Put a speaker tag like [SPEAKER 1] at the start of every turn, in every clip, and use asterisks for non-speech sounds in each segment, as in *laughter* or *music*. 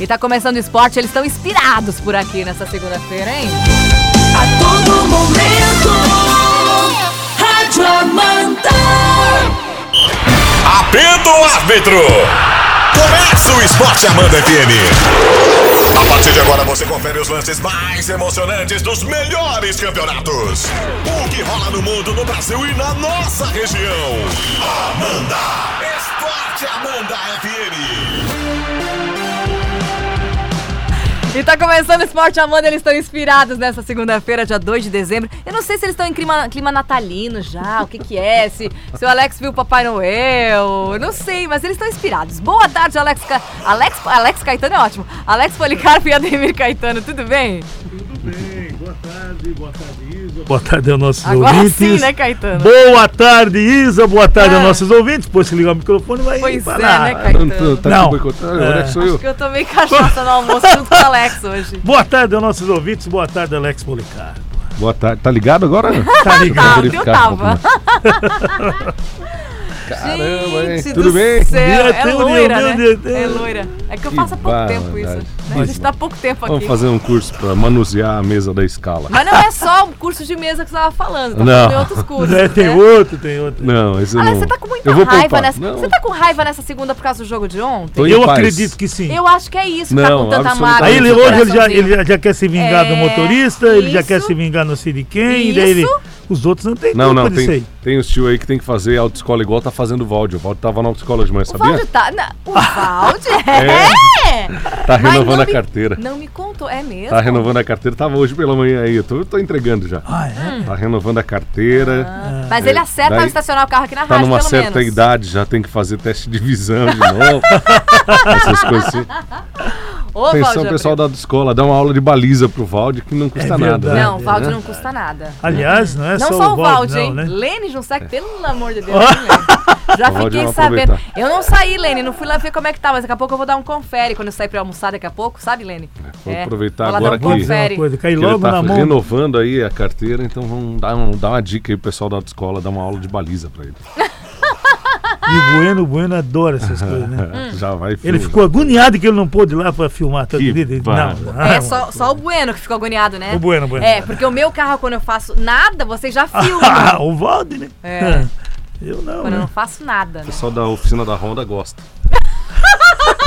[SPEAKER 1] E tá começando o esporte, eles estão inspirados por aqui nessa segunda-feira, hein?
[SPEAKER 2] A todo momento, Rádio Amanda.
[SPEAKER 3] Apito o árbitro! Começa o Esporte Amanda FM! A partir de agora você confere os lances mais emocionantes dos melhores campeonatos. O que rola no mundo, no Brasil e na nossa região. Amanda! Esporte Amanda FM!
[SPEAKER 1] E tá começando o Esporte Amanda, eles estão inspirados nessa segunda-feira, dia 2 de dezembro. Eu não sei se eles estão em clima, clima natalino já, o que que é, se, se o Alex viu o Papai Noel, eu não sei, mas eles estão inspirados. Boa tarde, Alex, Ca... Alex, Alex Caetano é ótimo. Alex Policarpo e Ademir Caetano, tudo bem?
[SPEAKER 4] Tudo bem, boa tarde, boa tarde, Isa. Boa tarde aos nossos
[SPEAKER 1] Agora
[SPEAKER 4] ouvintes.
[SPEAKER 1] sim, né, Caetano?
[SPEAKER 4] Boa tarde, Isa. Boa tarde aos nossos ouvintes. Depois se ligar o microfone, vai
[SPEAKER 1] Pois é,
[SPEAKER 4] parar.
[SPEAKER 1] né, Caetano?
[SPEAKER 5] Tá
[SPEAKER 4] Não.
[SPEAKER 5] te boicotando?
[SPEAKER 4] É.
[SPEAKER 5] Alex sou eu.
[SPEAKER 1] Acho que eu tomei cachaça no almoço junto com o Alex hoje.
[SPEAKER 4] Boa tarde aos nossos ouvintes. Boa tarde, Alex Policarpo.
[SPEAKER 5] Boa tarde. Tá ligado agora? um
[SPEAKER 4] Tá ligado?
[SPEAKER 1] Tava, Ah, eu tava. *laughs*
[SPEAKER 5] Caramba, hein?
[SPEAKER 1] Gente
[SPEAKER 5] Tudo
[SPEAKER 1] do
[SPEAKER 5] bem?
[SPEAKER 1] céu,
[SPEAKER 4] Dia
[SPEAKER 1] é
[SPEAKER 4] teu,
[SPEAKER 1] loira,
[SPEAKER 4] meu
[SPEAKER 1] né?
[SPEAKER 4] Deus, Deus.
[SPEAKER 1] É loira. É que eu
[SPEAKER 5] Que
[SPEAKER 1] faço há pouco tempo isso.
[SPEAKER 5] barbaridade.
[SPEAKER 1] né? A gente tá há pouco tempo
[SPEAKER 5] Vamos
[SPEAKER 1] aqui.
[SPEAKER 5] fazer um curso pra manusear a mesa da escala.
[SPEAKER 1] Mas não é só o curso de mesa que você tava falando, tá
[SPEAKER 5] Não.
[SPEAKER 1] falando em outros
[SPEAKER 5] *laughs*
[SPEAKER 1] cursos.
[SPEAKER 4] É, tem
[SPEAKER 1] né?
[SPEAKER 4] outro, tem outro.
[SPEAKER 5] Não, esse
[SPEAKER 1] Alex,
[SPEAKER 5] não.
[SPEAKER 1] você tá com muita
[SPEAKER 5] eu vou
[SPEAKER 1] raiva
[SPEAKER 5] poupar.
[SPEAKER 1] nessa.
[SPEAKER 5] Não,
[SPEAKER 1] Você tá com raiva nessa segunda por causa do jogo de ontem?
[SPEAKER 5] Tô em
[SPEAKER 4] Eu
[SPEAKER 5] paz.
[SPEAKER 4] acredito que sim.
[SPEAKER 1] Eu acho que é isso, que tá
[SPEAKER 5] Não,
[SPEAKER 1] com tanta
[SPEAKER 5] absolutamente.
[SPEAKER 1] mágoa.
[SPEAKER 4] Aí ele
[SPEAKER 1] no
[SPEAKER 4] hoje ele já,
[SPEAKER 1] coraçãozinho.
[SPEAKER 4] ele já- já quer se vingar do
[SPEAKER 1] É,
[SPEAKER 4] motorista, ele já quer
[SPEAKER 1] isso.
[SPEAKER 4] se vingar no Siri quem, e daí ele.
[SPEAKER 1] Isso.
[SPEAKER 4] Os outros não tem
[SPEAKER 5] Não,
[SPEAKER 4] culpa
[SPEAKER 5] não,
[SPEAKER 4] disso
[SPEAKER 5] tem,
[SPEAKER 4] aí.
[SPEAKER 5] tem os tio aí que tem que fazer autoescola igual tá fazendo o Valde. O Valde tava na autoescola de manhã,
[SPEAKER 1] O
[SPEAKER 5] sabia?
[SPEAKER 1] Valde tá. na-
[SPEAKER 5] *laughs*
[SPEAKER 1] O Valde? É!
[SPEAKER 5] Tá
[SPEAKER 1] Mas
[SPEAKER 5] renovando
[SPEAKER 1] não
[SPEAKER 5] a
[SPEAKER 1] me-
[SPEAKER 5] carteira.
[SPEAKER 1] Não me contou, é mesmo?
[SPEAKER 5] Tá renovando a carteira. Tava hoje pela manhã aí. Eu tô, eu tô entregando já.
[SPEAKER 4] Ah, é?
[SPEAKER 1] Hum.
[SPEAKER 5] Tá renovando a carteira.
[SPEAKER 1] Mas ele
[SPEAKER 5] É,
[SPEAKER 1] acerta
[SPEAKER 5] daí-
[SPEAKER 1] ao estacionar o carro aqui na
[SPEAKER 5] Tá
[SPEAKER 1] rádio,
[SPEAKER 5] numa
[SPEAKER 1] Ah. pelo
[SPEAKER 5] certa
[SPEAKER 1] menos.
[SPEAKER 5] idade, já tem que fazer teste de
[SPEAKER 1] *laughs*
[SPEAKER 5] visão de novo. Essas coisas assim.
[SPEAKER 1] Ô,
[SPEAKER 5] Atenção,
[SPEAKER 1] Valde
[SPEAKER 5] pessoal da escola, dá uma aula de baliza pro Valde que não custa nada.
[SPEAKER 4] verdade.
[SPEAKER 5] né?
[SPEAKER 1] Não,
[SPEAKER 4] É,
[SPEAKER 1] Valde
[SPEAKER 5] né?
[SPEAKER 1] não custa nada.
[SPEAKER 4] Aliás, não é
[SPEAKER 1] Não
[SPEAKER 4] só,
[SPEAKER 1] só o
[SPEAKER 4] Valde,
[SPEAKER 1] Valde,
[SPEAKER 4] não,
[SPEAKER 1] hein?
[SPEAKER 4] né?
[SPEAKER 1] Lene
[SPEAKER 5] É.
[SPEAKER 1] Junsac, pelo amor de
[SPEAKER 5] *laughs*
[SPEAKER 1] Deus. hein, Lene? Já
[SPEAKER 5] O Valde
[SPEAKER 1] fiquei
[SPEAKER 5] vai
[SPEAKER 1] sabendo.
[SPEAKER 5] aproveitar.
[SPEAKER 1] Eu não saí, Lene, não fui lá ver como é que tá, mas daqui a pouco eu vou dar um confere quando eu sair pra almoçar daqui a pouco, sabe, Lene?
[SPEAKER 5] É, vou aproveitar
[SPEAKER 1] vou lá
[SPEAKER 5] agora
[SPEAKER 1] dar um
[SPEAKER 5] que-
[SPEAKER 1] confere.
[SPEAKER 4] Uma coisa, cai
[SPEAKER 5] Que Ele
[SPEAKER 4] logo
[SPEAKER 5] tá
[SPEAKER 4] na mão.
[SPEAKER 5] renovando aí a carteira, então vamos dar, um, dar uma dica aí pro pessoal da autoescola, dar uma aula de baliza pra ele.
[SPEAKER 4] E Bueno, Bueno adora essas
[SPEAKER 5] *laughs*
[SPEAKER 4] coisas, né?
[SPEAKER 1] Hum.
[SPEAKER 5] Já vai
[SPEAKER 4] Ele
[SPEAKER 5] filho.
[SPEAKER 4] ficou agoniado que ele não pôde ir lá pra filmar. Tá
[SPEAKER 5] Que
[SPEAKER 4] acredita? Ele-
[SPEAKER 5] barba.
[SPEAKER 4] não, Ah, não.
[SPEAKER 1] É, só, só o Bueno que ficou agoniado, né?
[SPEAKER 4] O Bueno, o Bueno.
[SPEAKER 1] É, porque o meu carro, quando eu faço nada, vocês já
[SPEAKER 4] Ah, *laughs*
[SPEAKER 1] filmam.
[SPEAKER 4] o Valde, né?
[SPEAKER 1] É.
[SPEAKER 4] Eu não.
[SPEAKER 1] quando eu
[SPEAKER 4] né?
[SPEAKER 1] não faço nada,
[SPEAKER 5] O
[SPEAKER 1] né?
[SPEAKER 5] pessoal da oficina da Honda gosta. *laughs*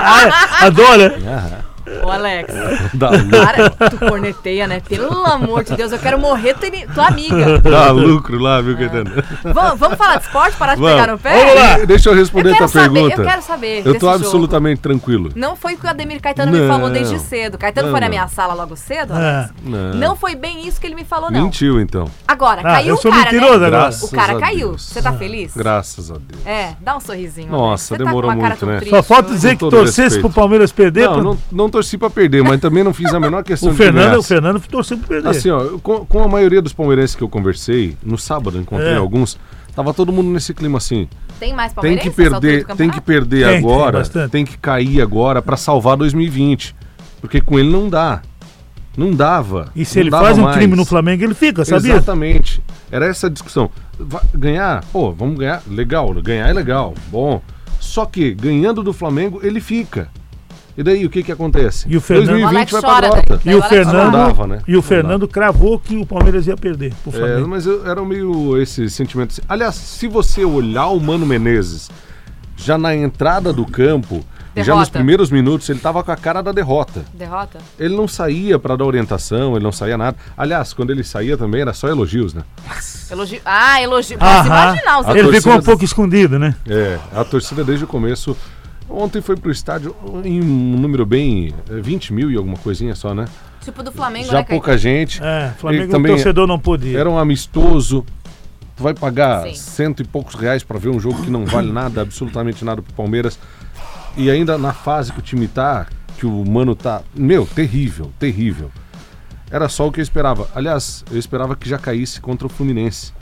[SPEAKER 4] Ah, adora.
[SPEAKER 1] Ô, Alex.
[SPEAKER 5] Da,
[SPEAKER 1] Para, tu corneteia, né? Pelo amor de Deus, eu quero morrer é tua, ini- tua amiga. *laughs*
[SPEAKER 5] dá Tá lucro lá, viu, Caetano?
[SPEAKER 1] Vam- vamos falar de esporte? Parar de
[SPEAKER 5] Vamos.
[SPEAKER 1] É. pegar no pé?
[SPEAKER 4] Vamos lá.
[SPEAKER 5] Deixa eu
[SPEAKER 1] Eu
[SPEAKER 5] responder a
[SPEAKER 1] quero
[SPEAKER 5] tua
[SPEAKER 1] saber,
[SPEAKER 5] pergunta.
[SPEAKER 1] eu quero saber.
[SPEAKER 5] Eu
[SPEAKER 1] desse
[SPEAKER 5] tô
[SPEAKER 1] jogo.
[SPEAKER 5] absolutamente tranquilo.
[SPEAKER 1] Não foi o que o Ademir Caetano me
[SPEAKER 5] Não.
[SPEAKER 1] falou desde cedo. Caetano
[SPEAKER 5] Não,
[SPEAKER 1] foi na
[SPEAKER 5] não. É.
[SPEAKER 1] minha sala logo cedo,
[SPEAKER 4] Ah,
[SPEAKER 1] Alex? Não foi bem isso que ele me falou, não.
[SPEAKER 5] Mentiu, então.
[SPEAKER 1] Agora,
[SPEAKER 4] Ah,
[SPEAKER 1] caiu
[SPEAKER 4] eu
[SPEAKER 1] o
[SPEAKER 4] sou
[SPEAKER 1] cara,
[SPEAKER 4] mentiroso
[SPEAKER 1] né?
[SPEAKER 4] agora.
[SPEAKER 1] O
[SPEAKER 5] Graças
[SPEAKER 1] cara
[SPEAKER 5] a
[SPEAKER 1] caiu.
[SPEAKER 5] Deus.
[SPEAKER 1] Você tá feliz?
[SPEAKER 5] Graças a Deus.
[SPEAKER 1] É, dá um sorrisinho.
[SPEAKER 5] Nossa,
[SPEAKER 1] Alex. Você
[SPEAKER 5] demorou
[SPEAKER 1] tá com uma cara
[SPEAKER 5] muito,
[SPEAKER 1] tão
[SPEAKER 5] né?
[SPEAKER 1] triste
[SPEAKER 4] só falta
[SPEAKER 1] hoje.
[SPEAKER 4] dizer
[SPEAKER 5] Com
[SPEAKER 4] que
[SPEAKER 5] todo
[SPEAKER 4] torcesse pro
[SPEAKER 5] respeito.
[SPEAKER 4] Palmeiras perder.
[SPEAKER 5] Não,
[SPEAKER 4] pra-
[SPEAKER 5] não, não torci pra perder, mas também não fiz a
[SPEAKER 1] *laughs*
[SPEAKER 5] menor questão
[SPEAKER 4] o,
[SPEAKER 5] de
[SPEAKER 1] é
[SPEAKER 5] ganhar.
[SPEAKER 4] Fernando, o Fernando torceu pra perder.
[SPEAKER 5] Assim, ó, eu- com, com a maioria dos palmeirenses que eu conversei, no sábado eu encontrei
[SPEAKER 4] É.
[SPEAKER 5] alguns, tava todo mundo nesse clima assim.
[SPEAKER 1] Tem mais
[SPEAKER 5] Tem
[SPEAKER 1] palmeirense
[SPEAKER 5] que
[SPEAKER 1] nessa altura do
[SPEAKER 5] perder, tem que
[SPEAKER 1] campeonato?
[SPEAKER 5] perder
[SPEAKER 4] Tem, tem
[SPEAKER 5] agora, tem,
[SPEAKER 4] bastante.
[SPEAKER 5] que cair agora pra salvar 2020. Porque com ele não dá. Não dava.
[SPEAKER 4] e se
[SPEAKER 5] não
[SPEAKER 4] ele
[SPEAKER 5] dava
[SPEAKER 4] faz um
[SPEAKER 5] mais.
[SPEAKER 4] crime no Flamengo, ele fica, sabia?
[SPEAKER 5] Exatamente. Era essa a discussão. Va- Ganhar, pô, vamos ganhar. Legal, ganhar é legal, bom. Só que ganhando do Flamengo, ele fica. E daí o que que acontece?
[SPEAKER 4] E o Fernando-
[SPEAKER 1] O Alex
[SPEAKER 5] 2020 vai pra
[SPEAKER 1] chora, né?
[SPEAKER 5] derrota.
[SPEAKER 1] daí.
[SPEAKER 4] E o
[SPEAKER 1] Agora
[SPEAKER 4] Fernando,
[SPEAKER 5] não dava, né?
[SPEAKER 4] e o
[SPEAKER 5] Não
[SPEAKER 4] Fernando cravou que o Palmeiras ia perder pro
[SPEAKER 5] É,
[SPEAKER 4] Flamengo.
[SPEAKER 5] mas eu, era meio esse sentimento. assim. Aliás, se você olhar o Mano Menezes, já na entrada do campo, já nos
[SPEAKER 1] Derrota.
[SPEAKER 5] primeiros minutos, ele tava com a cara da derrota.
[SPEAKER 1] Derrota?
[SPEAKER 5] Ele não saía pra dar orientação, ele não saía nada. Aliás, quando ele saía também era só elogios, né?
[SPEAKER 1] Elogio. Ah, elogio. Pra
[SPEAKER 4] Aham.
[SPEAKER 1] se imaginar os
[SPEAKER 5] A
[SPEAKER 4] ele
[SPEAKER 1] elogios.
[SPEAKER 4] ficou um
[SPEAKER 5] torcida-
[SPEAKER 4] pouco escondido, né?
[SPEAKER 5] É, a torcida desde o começo. Ontem foi pro estádio em um número bem. eh, 20 mil e alguma coisinha só, né?
[SPEAKER 1] Tipo do Flamengo,
[SPEAKER 5] Já
[SPEAKER 1] né, Caetano?
[SPEAKER 5] pouca gente.
[SPEAKER 4] É,
[SPEAKER 5] Ele
[SPEAKER 4] Flamengo o
[SPEAKER 5] também
[SPEAKER 4] torcedor não pôde. ir.
[SPEAKER 5] Era um amistoso. Tu vai pagar
[SPEAKER 1] Sim.
[SPEAKER 5] cento e poucos reais pra ver um jogo que não vale nada, absolutamente nada pro Palmeiras. E ainda na fase que o time tá, que o mano tá. Meu, terrível, terrível. Era só o que eu esperava. Aliás, eu esperava que já caísse contra o Fluminense.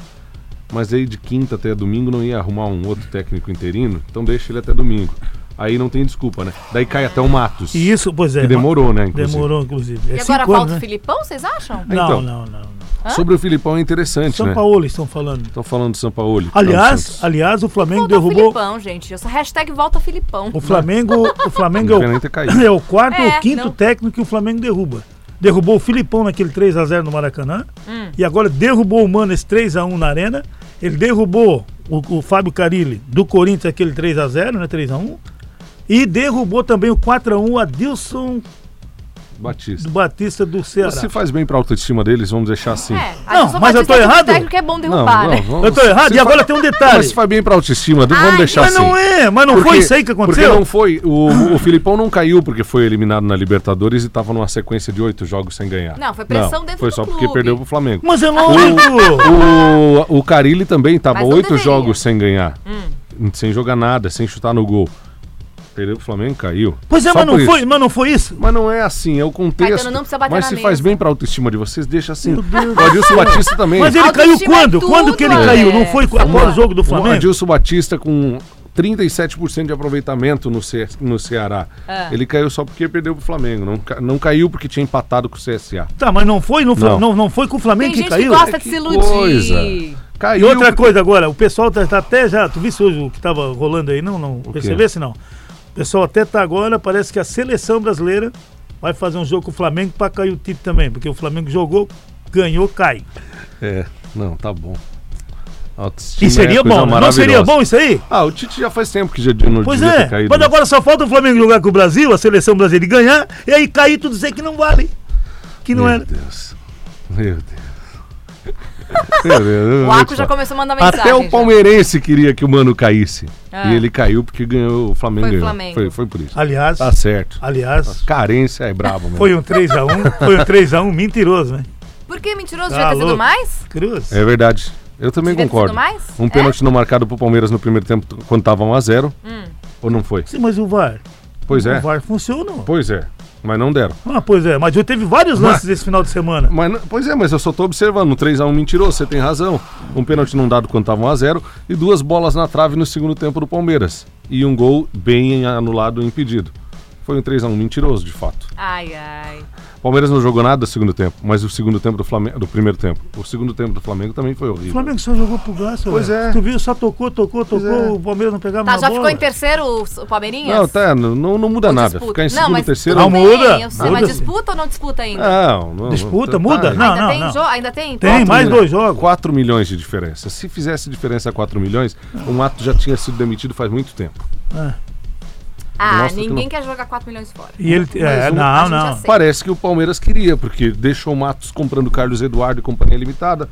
[SPEAKER 5] Mas aí de quinta até domingo não ia arrumar um outro técnico interino, então deixa ele até domingo. Aí não tem desculpa, né? Daí cai até o Matos.
[SPEAKER 4] E isso, pois é.
[SPEAKER 5] Que demorou, né, inclusive.
[SPEAKER 4] Demorou, inclusive. É
[SPEAKER 1] E agora
[SPEAKER 4] cinco
[SPEAKER 1] falta
[SPEAKER 4] anos,
[SPEAKER 1] o
[SPEAKER 4] né?
[SPEAKER 1] Filipão, vocês acham?
[SPEAKER 5] Então.
[SPEAKER 4] Não, não, não. não.
[SPEAKER 5] Sobre o Filipão é interessante,
[SPEAKER 4] São
[SPEAKER 5] né?
[SPEAKER 4] Paulo estão falando.
[SPEAKER 5] Estão falando do São Paulo.
[SPEAKER 4] Aliás, aliás, o Flamengo
[SPEAKER 1] Volta
[SPEAKER 4] derrubou.
[SPEAKER 1] Filipão, gente. Essa hashtag volta Filipão.
[SPEAKER 4] O Flamengo, o Flamengo é
[SPEAKER 5] Não devia nem ter caído.
[SPEAKER 4] o, é o quarto
[SPEAKER 1] É,
[SPEAKER 4] ou quinto
[SPEAKER 1] não.
[SPEAKER 4] técnico que o Flamengo derruba. Derrubou o Filipão naquele 3x0 no Maracanã.
[SPEAKER 1] Hum.
[SPEAKER 4] E agora derrubou o Mano esse 3x1 na Arena. Ele derrubou o, o Fábio Carilli do Corinthians, aquele 3x0, né? 3x1. E derrubou também o 4x1 o Adilson do
[SPEAKER 5] Batista.
[SPEAKER 4] Batista do Ceará.
[SPEAKER 5] Se faz bem pra autoestima deles, vamos deixar assim.
[SPEAKER 1] É,
[SPEAKER 4] Não,
[SPEAKER 1] Adilson
[SPEAKER 4] mas
[SPEAKER 1] Batista
[SPEAKER 4] eu tô
[SPEAKER 1] é um
[SPEAKER 4] errado?
[SPEAKER 1] técnico que é bom derrubar, né?
[SPEAKER 5] vamos-
[SPEAKER 4] Eu tô errado?
[SPEAKER 5] se
[SPEAKER 4] E
[SPEAKER 5] fa-
[SPEAKER 4] agora tem um detalhe.
[SPEAKER 5] Mas se faz bem pra autoestima,
[SPEAKER 1] Ai,
[SPEAKER 5] vamos deixar
[SPEAKER 4] Mas
[SPEAKER 5] assim.
[SPEAKER 4] não é, mas não foi isso aí que aconteceu?
[SPEAKER 5] Porque não foi. O, o Filipão não caiu porque foi eliminado na Libertadores e tava numa sequência de oito jogos sem ganhar.
[SPEAKER 1] Não, foi pressão dentro
[SPEAKER 5] Foi
[SPEAKER 1] do
[SPEAKER 5] só porque
[SPEAKER 1] clube.
[SPEAKER 5] perdeu pro Flamengo.
[SPEAKER 4] Mas eu não
[SPEAKER 5] um-
[SPEAKER 4] lembro.
[SPEAKER 5] O, o Carilli também tava
[SPEAKER 1] Mas não
[SPEAKER 5] oito
[SPEAKER 1] deveria. Hum.
[SPEAKER 5] jogos sem ganhar. Sem jogar nada, sem chutar no gol. Perdeu pro Flamengo, caiu.
[SPEAKER 4] Pois é,
[SPEAKER 5] Só
[SPEAKER 4] mas não,
[SPEAKER 5] por isso.
[SPEAKER 4] foi, mas não foi isso?
[SPEAKER 5] Mas não é assim, é o contexto.
[SPEAKER 1] Caetano, não precisa bater
[SPEAKER 5] mas
[SPEAKER 1] na
[SPEAKER 5] se faz
[SPEAKER 1] mesa.
[SPEAKER 5] bem pra autoestima de vocês, deixa assim. O Adilson Batista também.
[SPEAKER 4] Mas ele
[SPEAKER 1] Autoestima
[SPEAKER 4] caiu
[SPEAKER 1] é
[SPEAKER 4] quando?
[SPEAKER 1] tudo,
[SPEAKER 4] quando que ele
[SPEAKER 1] André.
[SPEAKER 4] caiu? Não foi após o jogo do
[SPEAKER 5] O
[SPEAKER 4] Flamengo?
[SPEAKER 5] Adilson Batista com 37% de aproveitamento no, Ce- no Ceará.
[SPEAKER 1] É.
[SPEAKER 5] Ele caiu só porque perdeu pro Flamengo. Não, ca- não caiu porque tinha empatado com o CSA.
[SPEAKER 4] Tá, mas não foi, não foi,
[SPEAKER 5] Não.
[SPEAKER 4] não. Não, foi com o
[SPEAKER 1] Tem
[SPEAKER 4] Flamengo
[SPEAKER 1] gente
[SPEAKER 4] que caiu?
[SPEAKER 1] que gosta de
[SPEAKER 5] Que
[SPEAKER 1] se iludir.
[SPEAKER 5] coisa.
[SPEAKER 4] E
[SPEAKER 5] Caiu.
[SPEAKER 4] outra coisa agora, o pessoal tá, tá até já. Tu viste hoje o que tava rolando aí? Não, não percebesse não. O pessoal até tá agora, parece que a seleção brasileira vai fazer um jogo com o Flamengo pra cair o título também, porque o Flamengo jogou, ganhou, cai.
[SPEAKER 5] É, não, tá bom. Autoestima
[SPEAKER 4] E seria
[SPEAKER 5] é coisa
[SPEAKER 4] bom, né? não seria
[SPEAKER 5] maravilhosa.
[SPEAKER 4] bom isso aí?
[SPEAKER 5] Ah, o Tite já faz tempo que já de- não
[SPEAKER 4] Pois
[SPEAKER 5] devia ter
[SPEAKER 4] é,
[SPEAKER 5] caído.
[SPEAKER 4] mas agora só falta o Flamengo jogar com o Brasil, a seleção brasileira e ganhar, e aí cair tudo dizer que não vale. Que não é.
[SPEAKER 5] Meu
[SPEAKER 4] era.
[SPEAKER 5] Deus. Meu Deus. Meu Deus, eu
[SPEAKER 1] O
[SPEAKER 5] vou
[SPEAKER 1] Aco
[SPEAKER 5] te
[SPEAKER 1] já
[SPEAKER 5] falar.
[SPEAKER 1] começou a mandar mensagem.
[SPEAKER 5] Até o
[SPEAKER 1] já.
[SPEAKER 5] palmeirense queria que o Mano caísse.
[SPEAKER 1] Ah.
[SPEAKER 5] E ele caiu porque ganhou o Flamengo.
[SPEAKER 1] Foi
[SPEAKER 5] ganhou.
[SPEAKER 1] Flamengo.
[SPEAKER 5] Foi, foi por isso.
[SPEAKER 4] Aliás,
[SPEAKER 5] Tá certo.
[SPEAKER 4] aliás,
[SPEAKER 5] Carência é brabo mesmo.
[SPEAKER 4] foi um 3x1, foi um 3x1 mentiroso, né?
[SPEAKER 1] Por que mentiroso?
[SPEAKER 4] Tá
[SPEAKER 1] Devia ter sido
[SPEAKER 4] louco.
[SPEAKER 1] mais?
[SPEAKER 4] Cruz.
[SPEAKER 5] É verdade. Eu também
[SPEAKER 1] Tivesse
[SPEAKER 5] concordo.
[SPEAKER 1] sido mais? É?
[SPEAKER 5] Um pênalti não marcado pro Palmeiras no primeiro tempo t- quando tava 1x0.
[SPEAKER 1] Hum.
[SPEAKER 5] Ou não foi?
[SPEAKER 4] Sim, mas o VAR.
[SPEAKER 5] Pois é.
[SPEAKER 4] O VAR funcionou.
[SPEAKER 5] Pois é. Mas não deram.
[SPEAKER 4] Ah, pois é, mas eu teve vários lances esse final de semana.
[SPEAKER 5] Mas, não- pois é, mas eu só tô observando. Um 3x1 mentiroso, você tem razão. Um pênalti não dado quando tava 1x0 e duas bolas na trave no segundo tempo do Palmeiras. E um gol bem anulado e impedido. Foi um 3x1 mentiroso, de fato.
[SPEAKER 1] Ai, ai.
[SPEAKER 5] O Palmeiras não jogou nada no segundo tempo, mas o segundo tempo do Flamengo. Do primeiro tempo. O segundo tempo do Flamengo também foi horrível.
[SPEAKER 4] O Flamengo só jogou pro gasto,
[SPEAKER 5] Pois é.
[SPEAKER 4] Tu viu, só tocou, tocou, tocou,
[SPEAKER 5] é.
[SPEAKER 4] o Palmeiras não pegava
[SPEAKER 1] Tá,
[SPEAKER 4] na
[SPEAKER 1] já
[SPEAKER 4] bola.
[SPEAKER 1] ficou em terceiro o, o Palmeirinhas?
[SPEAKER 5] Não, tá, não, não não muda
[SPEAKER 1] Ou
[SPEAKER 5] nada.
[SPEAKER 1] disputa?
[SPEAKER 5] Ficar em
[SPEAKER 1] não,
[SPEAKER 5] segundo,
[SPEAKER 1] mas
[SPEAKER 5] terceiro.
[SPEAKER 1] tudo
[SPEAKER 4] Não,
[SPEAKER 1] bem,
[SPEAKER 4] muda,
[SPEAKER 1] eu sei, mas
[SPEAKER 4] muda.
[SPEAKER 1] disputa ou não disputa ainda?
[SPEAKER 5] Não, não.
[SPEAKER 4] Disputa,
[SPEAKER 5] tá,
[SPEAKER 4] muda?
[SPEAKER 5] tá,
[SPEAKER 4] Não,
[SPEAKER 1] ainda, tem jo- ainda tem?
[SPEAKER 4] Tem
[SPEAKER 1] Quatro
[SPEAKER 4] mais
[SPEAKER 1] minutos.
[SPEAKER 4] dois jogos.
[SPEAKER 5] 4 milhões de diferença. Se fizesse diferença 4 milhões, o Mato já tinha sido demitido faz muito tempo.
[SPEAKER 1] Ah,
[SPEAKER 5] Nossa, que
[SPEAKER 1] ninguém
[SPEAKER 5] não-
[SPEAKER 1] quer jogar 4 milhões fora.
[SPEAKER 4] E ele. É,
[SPEAKER 5] um-
[SPEAKER 1] A
[SPEAKER 4] não,
[SPEAKER 1] gente
[SPEAKER 4] *laughs* não.
[SPEAKER 1] aceita.
[SPEAKER 5] Parece que o Palmeiras queria, porque deixou o Matos comprando Carlos Eduardo e Companhia Limitada.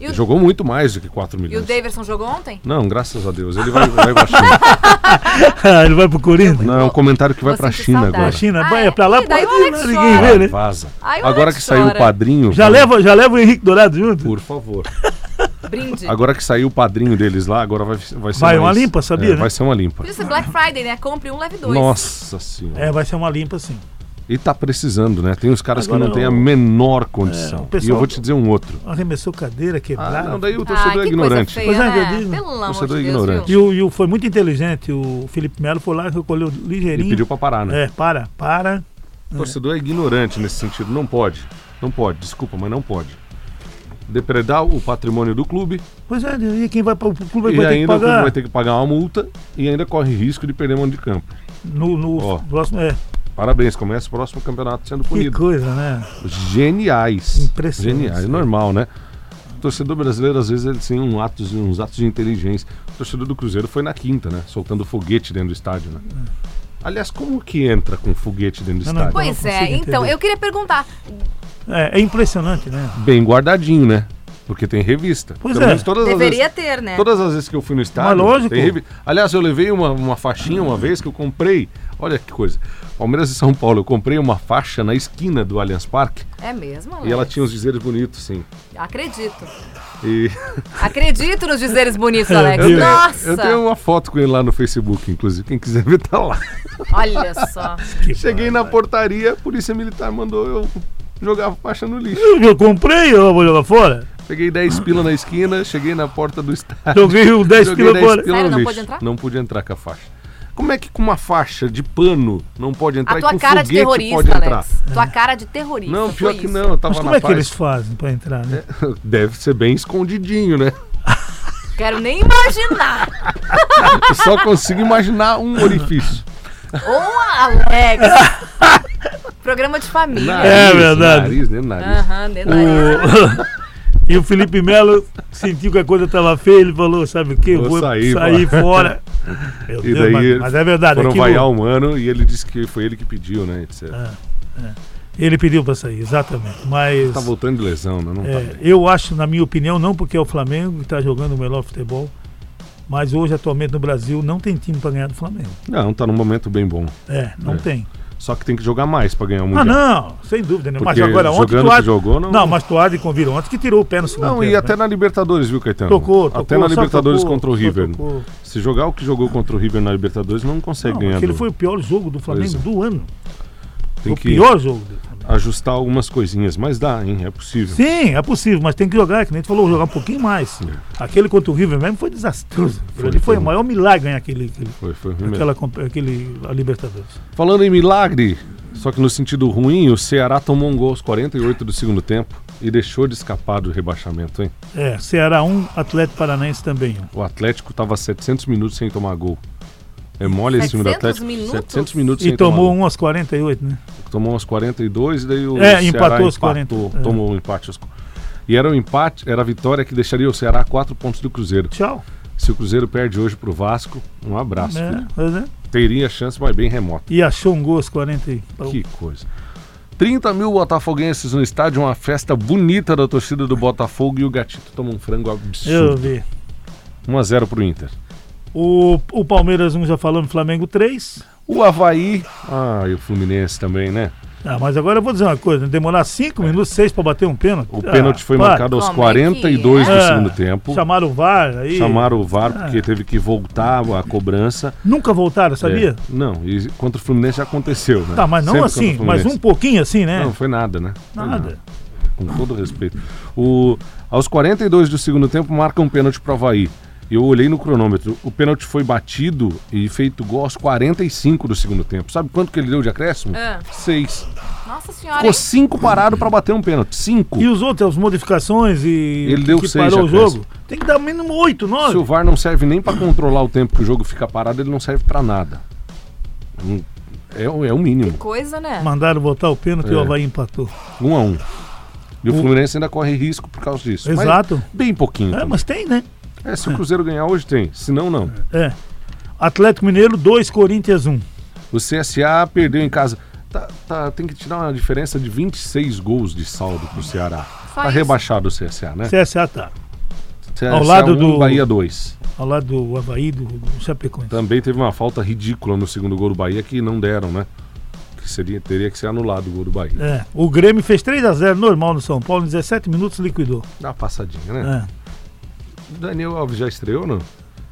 [SPEAKER 1] E o,
[SPEAKER 5] Jogou muito mais do que 4
[SPEAKER 1] e o
[SPEAKER 5] milhões.
[SPEAKER 1] Daverson jogou ontem?
[SPEAKER 5] Não, graças a Deus. Ele vai, vai
[SPEAKER 1] *laughs*
[SPEAKER 5] pra China.
[SPEAKER 4] ele vai pro Corinthians.
[SPEAKER 5] Não, é um comentário que vai
[SPEAKER 1] Vou
[SPEAKER 5] pra
[SPEAKER 1] sentir
[SPEAKER 5] China
[SPEAKER 1] saudade.
[SPEAKER 5] agora.
[SPEAKER 4] A China,
[SPEAKER 1] Ah,
[SPEAKER 4] vai,
[SPEAKER 1] é?
[SPEAKER 4] é pra lá,
[SPEAKER 1] E daí
[SPEAKER 4] pode
[SPEAKER 1] o
[SPEAKER 4] ir
[SPEAKER 1] Alex
[SPEAKER 4] lá, ninguém
[SPEAKER 1] chora.
[SPEAKER 4] vê, né?
[SPEAKER 5] Vaza.
[SPEAKER 1] Ai, o
[SPEAKER 5] Agora
[SPEAKER 1] Alex
[SPEAKER 5] que saiu o
[SPEAKER 1] chora.
[SPEAKER 5] padrinho.
[SPEAKER 4] Já leva, já leva o Henrique Dourado junto.
[SPEAKER 5] Por favor.
[SPEAKER 1] Brinde.
[SPEAKER 5] Agora que saiu o padrinho deles lá, agora vai, vai ser
[SPEAKER 4] Vai uma
[SPEAKER 5] mais-
[SPEAKER 4] limpa, sabia,
[SPEAKER 5] É,
[SPEAKER 4] né?
[SPEAKER 5] Vai ser uma limpa.
[SPEAKER 1] Podia ser Black Friday, né? Compre um, leve dois.
[SPEAKER 5] Nossa senhora.
[SPEAKER 4] É, vai ser uma limpa assim.
[SPEAKER 5] E tá precisando, né? Tem uns caras que
[SPEAKER 4] Agora
[SPEAKER 5] não têm a
[SPEAKER 4] o-
[SPEAKER 5] menor condição.
[SPEAKER 4] o pessoal-
[SPEAKER 5] E eu vou te dizer um outro.
[SPEAKER 4] Arremessou cadeira,
[SPEAKER 5] Ah,
[SPEAKER 4] quebrada.
[SPEAKER 5] não, daí o
[SPEAKER 1] Ah,
[SPEAKER 5] torcedor é
[SPEAKER 1] que coisa
[SPEAKER 5] ignorante.
[SPEAKER 1] feia,
[SPEAKER 4] Pois é,
[SPEAKER 1] né?
[SPEAKER 4] eu digo.
[SPEAKER 1] Pelo amor de
[SPEAKER 5] Torcedor é
[SPEAKER 1] Deus,
[SPEAKER 5] ignorante.
[SPEAKER 4] E
[SPEAKER 1] viu?
[SPEAKER 4] o, e o- foi muito inteligente. O Felipe Melo foi lá, recolheu ligeirinho.
[SPEAKER 5] Ele pediu pra parar, né?
[SPEAKER 4] É, para, para.
[SPEAKER 5] O torcedor é ignorante nesse sentido. Não pode. Não pode. Desculpa, mas não pode. Depredar o patrimônio do clube
[SPEAKER 4] Pois é, e quem vai para o clube
[SPEAKER 5] e
[SPEAKER 4] vai ter que
[SPEAKER 5] ainda o clube
[SPEAKER 4] pagar.
[SPEAKER 5] vai ter que pagar uma multa e ainda corre risco de perder mão de campo.
[SPEAKER 4] No, no
[SPEAKER 5] Ó.
[SPEAKER 4] próximo. É,
[SPEAKER 5] Parabéns, começa o próximo campeonato sendo
[SPEAKER 4] que
[SPEAKER 5] punido.
[SPEAKER 4] coisa, né?
[SPEAKER 5] Geniais.
[SPEAKER 4] Impressionante.
[SPEAKER 5] Geniais, normal, né? O torcedor brasileiro, às vezes, ele tem um atos, uns atos de inteligência. O torcedor do Cruzeiro foi na quinta, né? Soltando foguete dentro do estádio, né? Aliás, como que entra com foguete dentro do
[SPEAKER 4] É. Não, não,
[SPEAKER 5] estádio?
[SPEAKER 1] Pois
[SPEAKER 4] não
[SPEAKER 1] é,
[SPEAKER 4] consigo
[SPEAKER 1] então,
[SPEAKER 4] entender.
[SPEAKER 1] eu queria perguntar.
[SPEAKER 4] É, é impressionante, né?
[SPEAKER 5] Bem guardadinho, né? Porque tem revista.
[SPEAKER 4] Pois
[SPEAKER 5] Pelo
[SPEAKER 4] é.
[SPEAKER 5] menos todas as
[SPEAKER 1] Deveria
[SPEAKER 5] vezes-
[SPEAKER 1] ter, né?
[SPEAKER 5] Todas as vezes que eu fui no estádio.
[SPEAKER 4] Mas lógico.
[SPEAKER 5] tem revi- Aliás, eu levei uma, uma faixinha uma vez que eu comprei. Olha que coisa. Palmeiras e São Paulo, eu comprei uma faixa na esquina do Allianz Parque
[SPEAKER 1] É mesmo,
[SPEAKER 5] e ela
[SPEAKER 1] Alex?
[SPEAKER 5] tinha um- uns dizeres bonitos, sim.
[SPEAKER 1] Acredito.
[SPEAKER 5] E
[SPEAKER 1] Acredito nos dizeres
[SPEAKER 5] *laughs*
[SPEAKER 1] bonitos, Alex.
[SPEAKER 4] Eu tenho-
[SPEAKER 1] Nossa!
[SPEAKER 5] eu tenho um- uma foto com ele lá no Facebook, inclusive. Quem quiser *laughs* ver, tá lá.
[SPEAKER 1] Olha só.
[SPEAKER 5] Cheguei na portaria, a polícia militar mandou eu jogar a faixa no lixo.
[SPEAKER 4] Eu, eu comprei, eu vou jogar fora.
[SPEAKER 5] Peguei 10 pila na esquina, cheguei na porta do estádio.
[SPEAKER 4] Joguei o
[SPEAKER 5] *laughs*
[SPEAKER 4] 10
[SPEAKER 5] joguei
[SPEAKER 4] pila fora.
[SPEAKER 5] pila
[SPEAKER 1] Sério,
[SPEAKER 5] no
[SPEAKER 1] não
[SPEAKER 5] lixo.
[SPEAKER 1] pôde entrar?
[SPEAKER 5] Não pude entrar com a faixa. Como é que com uma faixa de pano não pode entrar
[SPEAKER 1] A
[SPEAKER 5] e
[SPEAKER 1] tua
[SPEAKER 5] com
[SPEAKER 1] cara de
[SPEAKER 5] foguete
[SPEAKER 1] terrorista,
[SPEAKER 5] pode entrar?
[SPEAKER 1] Alex. Tua cara de terrorista.
[SPEAKER 5] Não, pior
[SPEAKER 1] foi
[SPEAKER 5] que
[SPEAKER 1] isso.
[SPEAKER 5] não, eu tava
[SPEAKER 4] Mas como
[SPEAKER 5] na
[SPEAKER 4] é que
[SPEAKER 5] paz.
[SPEAKER 4] eles fazem pra entrar, né?
[SPEAKER 5] *laughs* Deve ser bem escondidinho, né?
[SPEAKER 1] Quero nem imaginar.
[SPEAKER 5] Eu só consigo imaginar um orifício.
[SPEAKER 1] Ô,
[SPEAKER 5] *laughs*
[SPEAKER 1] Alex! Programa de família.
[SPEAKER 5] Nariz,
[SPEAKER 4] É verdade.
[SPEAKER 5] Nariz, né? Nariz.
[SPEAKER 1] Aham, dentro da areia.
[SPEAKER 4] O... e o *laughs* Felipe Melo sentiu que a coisa tava feia, ele falou, sabe o que? Eu
[SPEAKER 5] Vou
[SPEAKER 4] vou
[SPEAKER 5] sair,
[SPEAKER 4] sair, fora.
[SPEAKER 5] *laughs*
[SPEAKER 4] Meu
[SPEAKER 5] E
[SPEAKER 4] Deus,
[SPEAKER 5] daí
[SPEAKER 4] mas, mas é verdade.
[SPEAKER 5] foram
[SPEAKER 4] aquilo-
[SPEAKER 5] vaiar um ano e ele disse que foi ele que pediu, né? Etc.
[SPEAKER 4] Ah. Ele pediu pra sair, exatamente. Mas
[SPEAKER 5] Tá voltando de lesão, né? Não tá
[SPEAKER 4] é,
[SPEAKER 5] bem.
[SPEAKER 4] eu acho, na minha opinião, não porque é o Flamengo que tá jogando o melhor futebol, mas hoje, atualmente, no Brasil, não tem time pra ganhar do Flamengo.
[SPEAKER 5] Não, tá num momento bem bom.
[SPEAKER 4] É, não
[SPEAKER 5] É.
[SPEAKER 4] tem.
[SPEAKER 5] Só que tem que jogar mais pra ganhar o Mundial.
[SPEAKER 4] Ah, não, sem dúvida. Né? Mas
[SPEAKER 5] Porque
[SPEAKER 4] agora ontem
[SPEAKER 5] jogando
[SPEAKER 4] tu
[SPEAKER 5] que
[SPEAKER 4] ad-
[SPEAKER 5] jogou, não-
[SPEAKER 4] Não, mas tu há de convir ontem que tirou o pé no segundo
[SPEAKER 5] Não,
[SPEAKER 4] tempo.
[SPEAKER 5] e até
[SPEAKER 4] né?
[SPEAKER 5] na Libertadores, viu, Caetano?
[SPEAKER 4] Tocou, tocou.
[SPEAKER 5] Até na
[SPEAKER 4] só
[SPEAKER 5] Libertadores
[SPEAKER 4] tocou,
[SPEAKER 5] contra o
[SPEAKER 4] só
[SPEAKER 5] River.
[SPEAKER 4] tocou.
[SPEAKER 5] Se jogar o que jogou contra o River na Libertadores, não consegue
[SPEAKER 4] Não,
[SPEAKER 5] ganhar.
[SPEAKER 4] aquele
[SPEAKER 5] do-
[SPEAKER 4] foi o pior jogo do Flamengo
[SPEAKER 5] Pois é.
[SPEAKER 4] do ano.
[SPEAKER 5] Tem
[SPEAKER 4] o
[SPEAKER 5] que
[SPEAKER 4] pior jogo do Flamengo.
[SPEAKER 5] ajustar algumas coisinhas, mas dá, hein? É possível.
[SPEAKER 4] Sim, é possível, mas tem que jogar, que nem tu falou, jogar um pouquinho mais. Aquele contra o River mesmo foi desastroso.
[SPEAKER 5] É. Foi,
[SPEAKER 4] Foi, ali foi
[SPEAKER 5] foi.
[SPEAKER 4] o maior milagre ganhar aquele, aquele,
[SPEAKER 5] Foi, foi ruim mesmo.
[SPEAKER 4] aquela, comp- aquele a Libertadores.
[SPEAKER 5] Falando em milagre, só que no sentido ruim, o Ceará tomou um gol aos 48 do segundo tempo e deixou de escapar do rebaixamento, hein?
[SPEAKER 4] É, Ceará 1, Atlético Paranaense também 1.
[SPEAKER 5] O Atlético tava 700 minutos sem tomar gol. É mole esse time do
[SPEAKER 1] 700
[SPEAKER 5] Atlético?
[SPEAKER 1] minutos?
[SPEAKER 5] 700 minutos
[SPEAKER 4] E
[SPEAKER 5] sem
[SPEAKER 4] tomou
[SPEAKER 5] tomar
[SPEAKER 4] um aos 48, né?
[SPEAKER 5] gol. Tomou uns 42 e daí o
[SPEAKER 4] É,
[SPEAKER 5] Ceará
[SPEAKER 4] empatou os 40,
[SPEAKER 5] empatou,
[SPEAKER 4] é.
[SPEAKER 5] Tomou um empate. aos- E era um empate, era a vitória que deixaria o Ceará a 4 pontos do Cruzeiro.
[SPEAKER 4] Tchau.
[SPEAKER 5] Se o Cruzeiro perde hoje pro Vasco, um abraço.
[SPEAKER 4] É,
[SPEAKER 5] filho.
[SPEAKER 4] mas, né?
[SPEAKER 5] Teria chance, mas bem remota.
[SPEAKER 4] E achou um gol aos 40. e-
[SPEAKER 5] Que coisa. 30 mil botafoguenses no estádio, uma festa bonita da torcida do Botafogo e o Gatito toma um frango
[SPEAKER 4] Eu
[SPEAKER 5] absurdo.
[SPEAKER 4] vi.
[SPEAKER 5] 1x0 pro Inter.
[SPEAKER 4] O, o Palmeiras 1 já falamos, Flamengo 3.
[SPEAKER 5] O Havaí. Ah, e o Fluminense também, né?
[SPEAKER 4] Ah, mas agora eu vou dizer uma coisa: demorar 5 minutos, 6 para bater um pênalti.
[SPEAKER 5] O
[SPEAKER 4] Ah,
[SPEAKER 5] pênalti foi
[SPEAKER 4] para.
[SPEAKER 5] marcado aos
[SPEAKER 1] Como é que
[SPEAKER 5] 42 do
[SPEAKER 4] é?
[SPEAKER 5] segundo tempo.
[SPEAKER 4] Chamaram o VAR aí. Ah.
[SPEAKER 5] Chamaram o VAR porque teve que voltar a cobrança.
[SPEAKER 4] Nunca voltaram, sabia?
[SPEAKER 5] É, não, e contra o Fluminense já aconteceu, né?
[SPEAKER 4] Tá, mas não
[SPEAKER 5] Sempre
[SPEAKER 4] assim,
[SPEAKER 5] contra o
[SPEAKER 4] mas um
[SPEAKER 5] Fluminense.
[SPEAKER 4] pouquinho assim, né?
[SPEAKER 5] Não, foi nada, né? Foi
[SPEAKER 4] Nada.
[SPEAKER 5] com todo respeito. O, aos 42 do segundo tempo, marca um pênalti para o Havaí. Eu olhei no cronômetro, o pênalti foi batido e feito gol aos 45 do segundo tempo. Sabe quanto que ele deu de acréscimo?
[SPEAKER 1] Ah.
[SPEAKER 5] Seis.
[SPEAKER 1] Nossa senhora.
[SPEAKER 5] Ficou
[SPEAKER 1] hein?
[SPEAKER 5] cinco parado para bater um pênalti. Cinco.
[SPEAKER 4] E os outros, as modificações e
[SPEAKER 5] Ele deu
[SPEAKER 4] que
[SPEAKER 5] seis,
[SPEAKER 4] parou o
[SPEAKER 5] já pensa.
[SPEAKER 4] jogo. Tem que dar mínimo 8,
[SPEAKER 5] Se o
[SPEAKER 4] 9.
[SPEAKER 5] VAR não serve nem para controlar o tempo que o jogo fica parado, ele não serve para nada. Não- É, o- é o mínimo.
[SPEAKER 1] Coisa, né?
[SPEAKER 4] Mandaram voltar o pênalti e o
[SPEAKER 5] É.
[SPEAKER 4] Havaí empatou.
[SPEAKER 5] Um a um. E o Fluminense ainda corre risco por causa disso. Mas
[SPEAKER 4] Exato.
[SPEAKER 5] bem pouquinho.
[SPEAKER 4] É,
[SPEAKER 5] também.
[SPEAKER 4] mas tem, né?
[SPEAKER 5] É, se o Cruzeiro ganhar hoje, tem. Se não, não.
[SPEAKER 4] É. Atlético Mineiro 2, Corinthians 1.
[SPEAKER 5] O CSA perdeu em casa. Tá- tá- tem que tirar uma diferença de 26 gols de saldo pro Ceará.
[SPEAKER 1] Só
[SPEAKER 5] tá
[SPEAKER 1] isso.
[SPEAKER 5] rebaixado o CSA, né?
[SPEAKER 4] CSA tá.
[SPEAKER 5] CSA
[SPEAKER 4] ao lado do-
[SPEAKER 5] um, Bahia 2.
[SPEAKER 4] Ao lado do Havaí, do, do Chapecoense.
[SPEAKER 5] Também teve uma falta ridícula no segundo gol do Bahia que não deram, né? Que seria, teria que ser anulado o gol do Bahia.
[SPEAKER 4] É. O Grêmio fez 3x0 normal no São Paulo, em 17 minutos liquidou.
[SPEAKER 5] Dá uma passadinha, né?
[SPEAKER 4] É.
[SPEAKER 5] O Daniel Alves já estreou, não?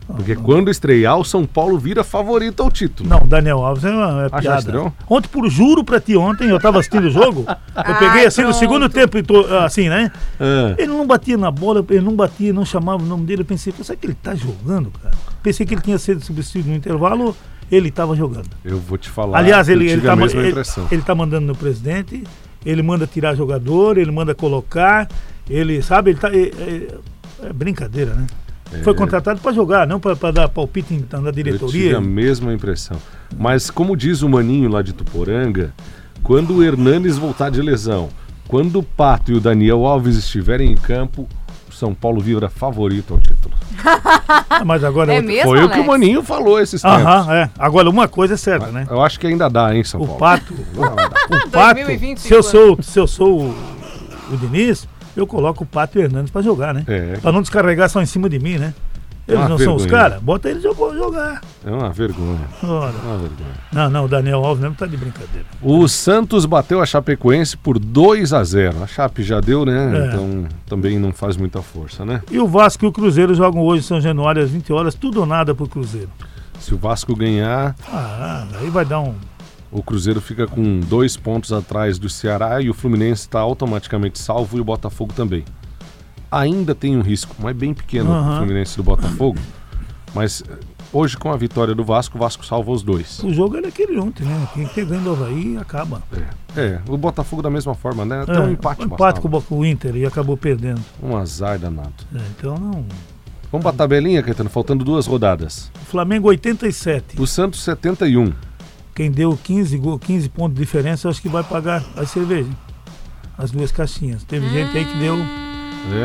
[SPEAKER 4] Ah,
[SPEAKER 5] Porque quando estrear, o São Paulo vira favorito ao título.
[SPEAKER 4] Não, Daniel Alves é, uma, é
[SPEAKER 5] Ah, já estreou?
[SPEAKER 4] piada. Ontem, por juro pra ti, ontem eu tava assistindo o jogo. Eu peguei assim no
[SPEAKER 1] pronto.
[SPEAKER 4] segundo tempo, e tô, assim, né?
[SPEAKER 5] Ah,
[SPEAKER 4] Ele não batia na bola, ele não batia, não chamava o nome dele. Eu pensei, será que ele tá jogando, cara? Pensei que ele tinha sido substituído no intervalo, ele tava jogando.
[SPEAKER 5] eu vou te falar.
[SPEAKER 4] Aliás, ele,
[SPEAKER 5] eu
[SPEAKER 4] ele,
[SPEAKER 5] tive
[SPEAKER 4] tá,
[SPEAKER 5] a
[SPEAKER 4] ma-
[SPEAKER 5] mesma
[SPEAKER 4] ele,
[SPEAKER 5] é impressão.
[SPEAKER 4] ele tá mandando no presidente, ele manda tirar jogador, ele manda colocar, ele, sabe, ele tá. É, é- é brincadeira, né? Foi contratado pra jogar, não pra pra dar palpite em- na
[SPEAKER 5] É. Eu tive
[SPEAKER 4] diretoria. né?
[SPEAKER 5] a mesma impressão. Mas como diz o Maninho lá de Tuporanga, quando o Hernanes voltar de lesão, quando o Pato e o Daniel Alves estiverem em campo, o São Paulo vibra favorito ao título.
[SPEAKER 4] Ah, Mas agora.
[SPEAKER 1] É
[SPEAKER 4] outra-
[SPEAKER 1] mesmo,
[SPEAKER 5] Foi o
[SPEAKER 1] Alex?
[SPEAKER 5] que o Maninho falou esses tempos.
[SPEAKER 4] Aham, é. Agora, uma coisa é certa, né?
[SPEAKER 5] Eu acho que ainda dá, hein, São
[SPEAKER 4] O
[SPEAKER 5] Paulo?
[SPEAKER 4] Pato.
[SPEAKER 5] Não, não dá.
[SPEAKER 1] *laughs*
[SPEAKER 4] O Pato.
[SPEAKER 1] 2020
[SPEAKER 4] Se eu
[SPEAKER 1] quando?
[SPEAKER 4] sou, se eu sou o, o Diniz, eu coloco o Pato e o Hernandes pra jogar, né?
[SPEAKER 5] É.
[SPEAKER 4] Pra não descarregar só em cima de mim, né? Eles
[SPEAKER 5] Uma
[SPEAKER 4] não são os
[SPEAKER 5] vergonha.
[SPEAKER 4] caras? Bota eles jogou- jogar.
[SPEAKER 5] É uma vergonha.
[SPEAKER 4] Ora.
[SPEAKER 5] é Uma vergonha.
[SPEAKER 4] Não, não, o Daniel Alves mesmo tá de brincadeira.
[SPEAKER 5] O Santos bateu a Chapecoense por 2 a 0 A Chape já deu, né?
[SPEAKER 4] É.
[SPEAKER 5] Então também não faz muita força, né?
[SPEAKER 4] E o Vasco e o Cruzeiro jogam hoje em São Januário às 20 horas, tudo ou nada pro Cruzeiro.
[SPEAKER 5] Se o Vasco ganhar,
[SPEAKER 4] Ah, aí vai dar um.
[SPEAKER 5] O Cruzeiro fica com dois pontos atrás do Ceará e o Fluminense está automaticamente salvo e o Botafogo também. Ainda tem um risco, mas bem pequeno o
[SPEAKER 4] Aham.
[SPEAKER 5] Fluminense do Botafogo. Mas eh, Hoje, com a vitória do Vasco, o Vasco salva os dois.
[SPEAKER 4] O jogo era aquele ontem, né? Quem pegando o Havaí acaba.
[SPEAKER 5] É, é, o Botafogo da mesma forma, né? Até um empate,
[SPEAKER 4] um empate com
[SPEAKER 5] bastava.
[SPEAKER 4] o Boca- o Inter e acabou perdendo.
[SPEAKER 5] Um azar danado.
[SPEAKER 4] É, então não.
[SPEAKER 5] Vamos pra tabelinha, Caetano, faltando duas rodadas.
[SPEAKER 4] O Flamengo 87.
[SPEAKER 5] O Santos 71.
[SPEAKER 4] Quem deu 15, gol, 15 pontos de diferença, eu acho que vai pagar a cerveja. As duas caixinhas. Teve gente aí que deu.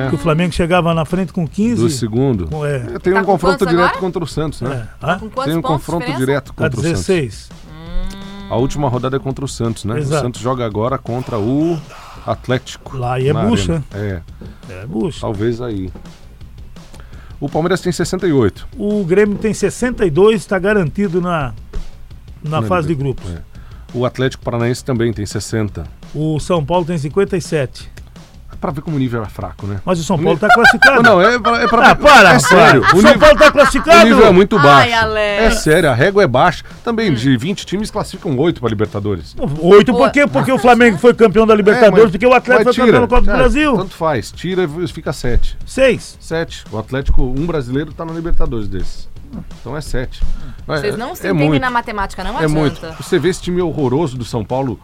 [SPEAKER 4] Que o
[SPEAKER 5] É,
[SPEAKER 4] Flamengo chegava na frente com 15.
[SPEAKER 5] do segundo.
[SPEAKER 4] com- é,
[SPEAKER 5] Tem
[SPEAKER 1] Tá
[SPEAKER 5] um
[SPEAKER 1] com
[SPEAKER 5] confronto
[SPEAKER 1] quantos
[SPEAKER 5] direto
[SPEAKER 1] agora?
[SPEAKER 5] contra o Santos,
[SPEAKER 4] é, Tá
[SPEAKER 5] né?
[SPEAKER 4] hã?
[SPEAKER 1] Com quantos
[SPEAKER 5] Tem um
[SPEAKER 1] pontos
[SPEAKER 5] confronto
[SPEAKER 1] diferença?
[SPEAKER 5] direto
[SPEAKER 4] a
[SPEAKER 5] contra o Santos.
[SPEAKER 4] 16.
[SPEAKER 5] A última rodada é contra o Santos, né? O
[SPEAKER 4] Exato.
[SPEAKER 5] Santos joga agora contra o Atlético.
[SPEAKER 4] Lá e é
[SPEAKER 5] na
[SPEAKER 4] bucha.
[SPEAKER 5] Arena. É,
[SPEAKER 4] É, bucha.
[SPEAKER 5] talvez aí. O Palmeiras tem 68.
[SPEAKER 4] O Grêmio tem 62, está tá garantido na, na
[SPEAKER 5] Não,
[SPEAKER 4] fase de
[SPEAKER 5] não,
[SPEAKER 4] grupos.
[SPEAKER 5] é. O Atlético Paranaense também tem 60.
[SPEAKER 4] O São Paulo tem 57.
[SPEAKER 5] É pra ver como o nível é fraco, né?
[SPEAKER 4] Mas o São Paulo está classificado.
[SPEAKER 5] Não, é pra, é pra
[SPEAKER 4] Ah, para,
[SPEAKER 5] É
[SPEAKER 4] para.
[SPEAKER 5] sério.
[SPEAKER 4] O
[SPEAKER 5] O
[SPEAKER 4] São
[SPEAKER 5] nível,
[SPEAKER 4] Paulo tá está
[SPEAKER 5] o
[SPEAKER 4] classificado.
[SPEAKER 5] nível é muito
[SPEAKER 1] Ai,
[SPEAKER 5] baixo.
[SPEAKER 1] Alex.
[SPEAKER 5] é sério, a régua é baixa. Também de 20 times classificam 8 pra Libertadores.
[SPEAKER 4] Oito, por quê? Porque o Flamengo foi campeão da Libertadores,
[SPEAKER 5] é. mas-
[SPEAKER 4] porque o Atlético foi
[SPEAKER 5] mas Então-
[SPEAKER 4] campeão da Copa do
[SPEAKER 5] Cara,
[SPEAKER 4] Brasil.
[SPEAKER 5] Tanto faz, tira e fica 7.
[SPEAKER 4] Seis.
[SPEAKER 5] 7. O Atlético, um brasileiro, tá na Libertadores desses. Então é 7.
[SPEAKER 1] Vocês não se
[SPEAKER 5] é
[SPEAKER 1] entendem
[SPEAKER 5] muito,
[SPEAKER 1] na matemática, não
[SPEAKER 5] É muito.
[SPEAKER 1] adianta.
[SPEAKER 5] Você vê esse time horroroso do São Paulo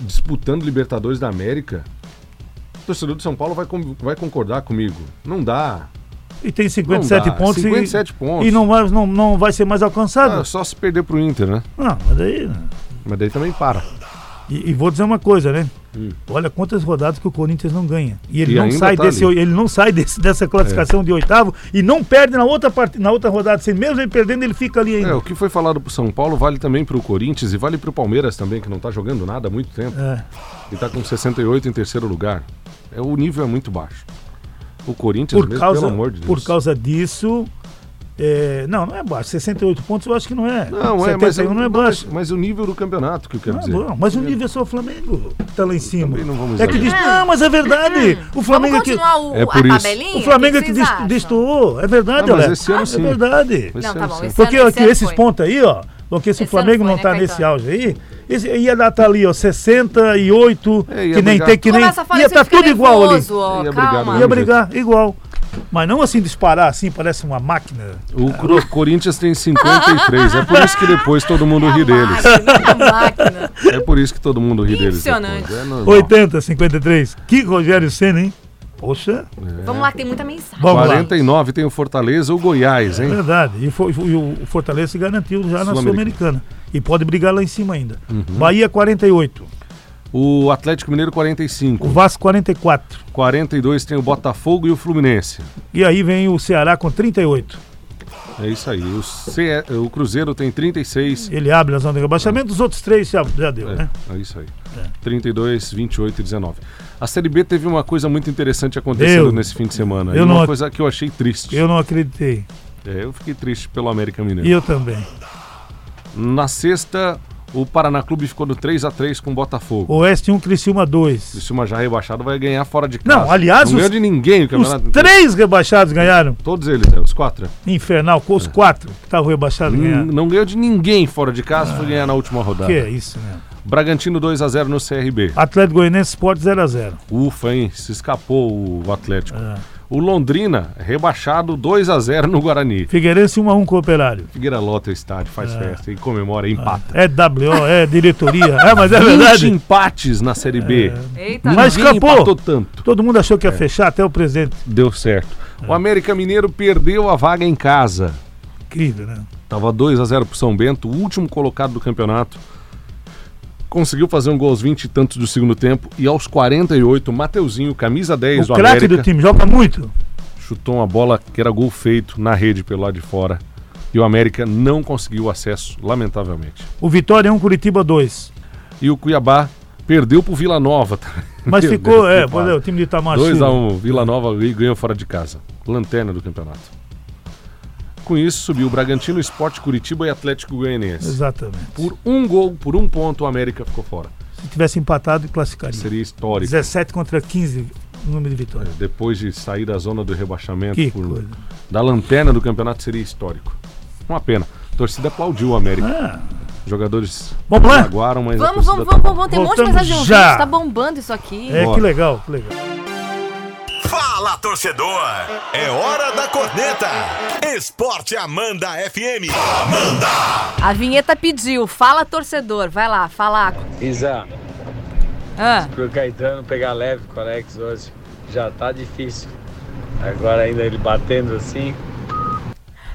[SPEAKER 5] disputando Libertadores da América. O torcedor do São Paulo vai, com- vai concordar comigo. Não dá.
[SPEAKER 4] E tem 57
[SPEAKER 5] Não dá,
[SPEAKER 4] pontos. e-
[SPEAKER 5] 57 pontos.
[SPEAKER 4] E não vai, não, não vai ser mais
[SPEAKER 5] Ah,
[SPEAKER 4] alcançado.
[SPEAKER 5] só se perder pro Inter, né?
[SPEAKER 4] Não, mas daí.
[SPEAKER 5] Mas daí também para.
[SPEAKER 4] E, e vou dizer uma coisa, né? Olha quantas rodadas que o Corinthians não ganha. E ele
[SPEAKER 5] Hum. E
[SPEAKER 4] não
[SPEAKER 5] ainda
[SPEAKER 4] sai,
[SPEAKER 5] tá
[SPEAKER 4] desse,
[SPEAKER 5] ali. É.
[SPEAKER 4] ele não sai desse- dessa classificação de oitavo e não perde na outra, part... na outra rodada. Se mesmo ele perdendo, ele fica ali
[SPEAKER 5] É,
[SPEAKER 4] ainda.
[SPEAKER 5] o que foi falado pro São Paulo vale também pro Corinthians e vale pro Palmeiras também, que não tá jogando nada há muito tempo.
[SPEAKER 4] É.
[SPEAKER 5] E tá com 68 em terceiro lugar. É, o nível é muito baixo. O Corinthians,
[SPEAKER 4] por,
[SPEAKER 5] mesmo,
[SPEAKER 4] causa,
[SPEAKER 5] pelo amor de Deus.
[SPEAKER 4] por causa disso. é, Não, não é baixo. 68 pontos eu acho que não é.
[SPEAKER 5] Não, é, mas,
[SPEAKER 4] 71 não é baixo.
[SPEAKER 5] mas o nível do campeonato que eu quero
[SPEAKER 4] Não,
[SPEAKER 5] dizer.
[SPEAKER 4] bom, mas o nível é só o Flamengo que tá lá em cima.
[SPEAKER 5] Também não vamos
[SPEAKER 4] É que diz,
[SPEAKER 1] exagerar.
[SPEAKER 4] não, mas é verdade. O
[SPEAKER 1] Hum, Vamos
[SPEAKER 4] Flamengo é que
[SPEAKER 1] continuar o,
[SPEAKER 5] É
[SPEAKER 1] a
[SPEAKER 5] por isso.
[SPEAKER 1] tabelinha?
[SPEAKER 4] o Flamengo é
[SPEAKER 1] que
[SPEAKER 4] que
[SPEAKER 1] vocês
[SPEAKER 4] dest-
[SPEAKER 1] acham?
[SPEAKER 4] destoou. É verdade,
[SPEAKER 5] Não, mas
[SPEAKER 4] Alex.
[SPEAKER 5] esse ano sim.
[SPEAKER 4] É verdade.
[SPEAKER 5] Esse
[SPEAKER 1] Não,
[SPEAKER 5] ano
[SPEAKER 1] tá bom,
[SPEAKER 5] sim.
[SPEAKER 1] esse
[SPEAKER 4] Porque
[SPEAKER 1] ano-
[SPEAKER 4] aqui,
[SPEAKER 1] esse ano
[SPEAKER 4] esses
[SPEAKER 1] foi.
[SPEAKER 4] pontos aí, ó. Porque se
[SPEAKER 1] Esse
[SPEAKER 4] o Flamengo
[SPEAKER 1] ano foi,
[SPEAKER 4] não
[SPEAKER 1] né,
[SPEAKER 4] tá
[SPEAKER 1] Caetano?
[SPEAKER 4] nesse auge aí, esse, ia dar tá ali, ó, 68,
[SPEAKER 5] É, ia
[SPEAKER 4] que nem
[SPEAKER 5] brigar.
[SPEAKER 4] tem que nem.
[SPEAKER 1] Começa a falar
[SPEAKER 4] Ia
[SPEAKER 1] isso, eu
[SPEAKER 4] tá
[SPEAKER 1] fiquei
[SPEAKER 4] tudo igual ali.
[SPEAKER 1] nervoso, ó,
[SPEAKER 5] Ia brigar
[SPEAKER 1] calma.
[SPEAKER 5] mesmo.
[SPEAKER 4] Ia brigar, igual. Mas não assim disparar assim, parece uma máquina.
[SPEAKER 5] O
[SPEAKER 4] *laughs*
[SPEAKER 5] Cro- Corinthians tem 53. É por isso que depois todo mundo ri deles.
[SPEAKER 1] Máquina,
[SPEAKER 4] *laughs*
[SPEAKER 1] máquina.
[SPEAKER 5] É por isso que todo mundo ri deles.
[SPEAKER 1] Impressionante.
[SPEAKER 5] depois. É normal.
[SPEAKER 4] 80, 53. Que Rogério Senna, hein? Poxa,
[SPEAKER 1] Vamos lá, que tem muita mensagem.
[SPEAKER 4] É. Vamos lá.
[SPEAKER 5] 49 tem o Fortaleza ou Goiás,
[SPEAKER 4] é *laughs*
[SPEAKER 5] hein?
[SPEAKER 4] verdade. E, foi- e o Fortaleza se garantiu já
[SPEAKER 5] Sul-Americana.
[SPEAKER 4] na
[SPEAKER 5] Uhum.
[SPEAKER 4] Sul-Americana. E pode brigar lá em cima ainda. Bahia 48,
[SPEAKER 5] O Atlético Mineiro
[SPEAKER 4] o
[SPEAKER 5] 45.
[SPEAKER 4] Vasco 44.
[SPEAKER 5] 42 tem o Botafogo e o Fluminense.
[SPEAKER 4] E aí vem o Ceará com 38.
[SPEAKER 5] É isso aí. O, Ce- o Cruzeiro tem 36.
[SPEAKER 4] Ele abre a zona de rebaixamento, os outros três já, já deu, né?
[SPEAKER 5] É, é isso aí. 32, 28 e 19. A Série B teve uma coisa muito interessante acontecendo
[SPEAKER 4] Eu-
[SPEAKER 5] nesse fim de semana.
[SPEAKER 4] eu
[SPEAKER 5] e uma
[SPEAKER 4] não ac-
[SPEAKER 5] coisa que eu achei triste.
[SPEAKER 4] Eu não acreditei.
[SPEAKER 5] É, eu fiquei triste pelo América Mineiro.
[SPEAKER 4] E eu também.
[SPEAKER 5] Na sexta, o Paraná Clube ficou no 3 a 3 com o Botafogo.
[SPEAKER 4] Oeste 1, Criciúma 2.
[SPEAKER 5] Se uma já rebaixado vai ganhar fora de casa.
[SPEAKER 4] Não, aliás,
[SPEAKER 5] não
[SPEAKER 4] os-
[SPEAKER 5] ganhou de ninguém o
[SPEAKER 4] Os
[SPEAKER 5] campeonato. inteiro.
[SPEAKER 4] três rebaixados ganharam.
[SPEAKER 5] Todos eles, né? os quatro.
[SPEAKER 4] Infernal, com os quatro que estavam rebaixados
[SPEAKER 5] N-
[SPEAKER 4] ganharam.
[SPEAKER 5] É. Hum, Não ganhou de ninguém fora de casa, foi ganhar na última rodada.
[SPEAKER 4] Ah, Que é isso, né?
[SPEAKER 5] Bragantino 2 a 0 no CRB.
[SPEAKER 4] Atlético Goianense Sport 0x0.
[SPEAKER 5] Ufa, hein? Se escapou o Atlético.
[SPEAKER 4] É.
[SPEAKER 5] O Londrina, rebaixado 2 a 0 no Guarani.
[SPEAKER 4] Figueirense 1x1 com o Operário.
[SPEAKER 5] Figueira lota o estádio, faz festa e comemora, e empata.
[SPEAKER 4] É WO, é diretoria. É, mas é
[SPEAKER 5] 20
[SPEAKER 4] verdade. É.
[SPEAKER 5] empates na Série B.
[SPEAKER 1] Eita,
[SPEAKER 4] Mas-
[SPEAKER 5] Ninguém
[SPEAKER 4] escapou.
[SPEAKER 5] empatou tanto.
[SPEAKER 4] Todo mundo achou
[SPEAKER 5] É.
[SPEAKER 4] que ia fechar, até o presidente.
[SPEAKER 5] Deu certo. O América Mineiro perdeu a vaga em casa.
[SPEAKER 4] Incrível, né?
[SPEAKER 5] Tava 2 a 0 pro São Bento, o último colocado do campeonato. Conseguiu fazer um gol aos 20 e tantos do segundo tempo e aos 48, Mateuzinho, camisa 10
[SPEAKER 4] O
[SPEAKER 5] do
[SPEAKER 4] craque
[SPEAKER 5] América,
[SPEAKER 4] do time joga muito.
[SPEAKER 5] chutou uma bola que era gol feito na rede pelo lado de fora. E o América não conseguiu acesso, lamentavelmente.
[SPEAKER 4] O Vitória 1, Curitiba 2.
[SPEAKER 5] E o Cuiabá perdeu pro Vila Nova.
[SPEAKER 4] *laughs* Mas
[SPEAKER 5] Meu
[SPEAKER 4] ficou,
[SPEAKER 5] Deus,
[SPEAKER 4] é,
[SPEAKER 5] que
[SPEAKER 4] pois é,
[SPEAKER 5] fase.
[SPEAKER 4] o time de Itamar
[SPEAKER 5] 2 a
[SPEAKER 4] Sul.
[SPEAKER 5] 1 Vila Nova ganhou fora de casa. Lanterna do campeonato. Com isso, subiu o Bragantino, Esporte Curitiba e Atlético Goianiense.
[SPEAKER 4] Exatamente.
[SPEAKER 5] Por um gol, por um ponto, o América ficou fora.
[SPEAKER 4] Se tivesse empatado, classificaria.
[SPEAKER 5] Seria histórico.
[SPEAKER 4] 17 contra 15, o número de vitórias.
[SPEAKER 5] Depois de sair da zona do rebaixamento
[SPEAKER 4] Que
[SPEAKER 5] por-
[SPEAKER 4] coisa.
[SPEAKER 5] da lanterna do campeonato, seria histórico. Uma pena. A torcida aplaudiu o América.
[SPEAKER 4] Ah,
[SPEAKER 5] Jogadores
[SPEAKER 4] Vamos lá?
[SPEAKER 5] aguaram, mas a
[SPEAKER 1] vamos,
[SPEAKER 5] torcida
[SPEAKER 1] vamos, vamos,
[SPEAKER 5] tá-
[SPEAKER 1] vamos. Tem um monte de
[SPEAKER 4] Voltamos
[SPEAKER 1] mensagem de
[SPEAKER 4] já.
[SPEAKER 1] ouvinte, tá bombando isso aqui.
[SPEAKER 4] é,
[SPEAKER 5] Bora.
[SPEAKER 4] que legal, que legal.
[SPEAKER 3] Fala, torcedor! É hora da corneta! Esporte Amanda FM. Amanda!
[SPEAKER 1] A vinheta pediu. Fala, torcedor. Vai lá, fala. Aco.
[SPEAKER 6] Isa,
[SPEAKER 1] Ah,
[SPEAKER 6] pro Caetano pegar leve com o Alex hoje já tá difícil. Agora ainda ele batendo assim.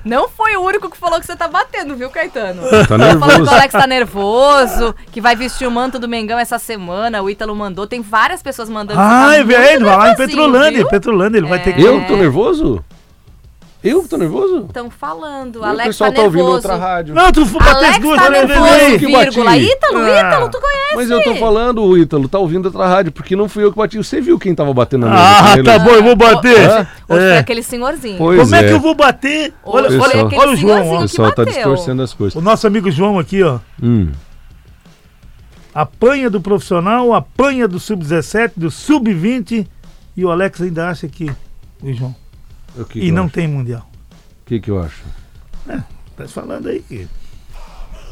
[SPEAKER 1] não foi o único que falou que você tá batendo, viu, Caetano?
[SPEAKER 5] Tá
[SPEAKER 1] Falou que o
[SPEAKER 5] nervoso.
[SPEAKER 1] Alex tá nervoso, que vai vestir o manto do Mengão essa semana. O Ítalo mandou. Tem várias pessoas mandando. você tá
[SPEAKER 4] Ai,
[SPEAKER 1] muito
[SPEAKER 4] velho, Ah, vai lá em
[SPEAKER 1] nervosinho,
[SPEAKER 4] Petrolândia.
[SPEAKER 1] viu? É.
[SPEAKER 4] Petrolândia, ele vai ter
[SPEAKER 5] *laughs*
[SPEAKER 4] que.
[SPEAKER 5] Eu que tô nervoso? Eu que tô nervoso?
[SPEAKER 1] Estão falando. O
[SPEAKER 5] o
[SPEAKER 1] Alex tá
[SPEAKER 5] pessoal tá ouvindo
[SPEAKER 1] nervoso.
[SPEAKER 5] outra rádio.
[SPEAKER 4] Não, tu fu- bateu as
[SPEAKER 1] Alex
[SPEAKER 4] duas,
[SPEAKER 1] tá
[SPEAKER 4] olha,
[SPEAKER 1] nervoso,
[SPEAKER 5] que
[SPEAKER 4] velho.
[SPEAKER 5] bati.
[SPEAKER 1] vírgula. Ítalo,
[SPEAKER 4] Ah.
[SPEAKER 1] Ítalo, tu conhece.
[SPEAKER 5] Mas eu tô falando, o Ítalo, tá ouvindo outra rádio, porque não fui eu que bati. Você viu quem tava batendo na mesa
[SPEAKER 4] Ah,
[SPEAKER 5] com ele?
[SPEAKER 4] tá bom, eu vou
[SPEAKER 5] Ah,
[SPEAKER 4] bater.
[SPEAKER 1] Ou foi
[SPEAKER 4] É.
[SPEAKER 1] aquele senhorzinho.
[SPEAKER 5] Pois
[SPEAKER 4] Como é
[SPEAKER 5] é.
[SPEAKER 4] que eu vou bater? Olha,
[SPEAKER 1] Ou foi
[SPEAKER 4] olha,
[SPEAKER 5] Pessoal.
[SPEAKER 1] aquele
[SPEAKER 4] olha o
[SPEAKER 5] O
[SPEAKER 4] João,
[SPEAKER 1] senhorzinho
[SPEAKER 4] ó.
[SPEAKER 1] que
[SPEAKER 5] pessoal tá
[SPEAKER 1] bateu.
[SPEAKER 5] distorcendo as coisas.
[SPEAKER 4] O nosso amigo João aqui, ó.
[SPEAKER 5] Hum.
[SPEAKER 4] Apanha do profissional, apanha do sub-17, do sub-20. E o Alex ainda acha que. O João.
[SPEAKER 5] O que que
[SPEAKER 4] E
[SPEAKER 5] eu
[SPEAKER 4] não
[SPEAKER 5] acho?
[SPEAKER 4] tem mundial.
[SPEAKER 5] O que, que eu acho?
[SPEAKER 4] Tá falando aí que.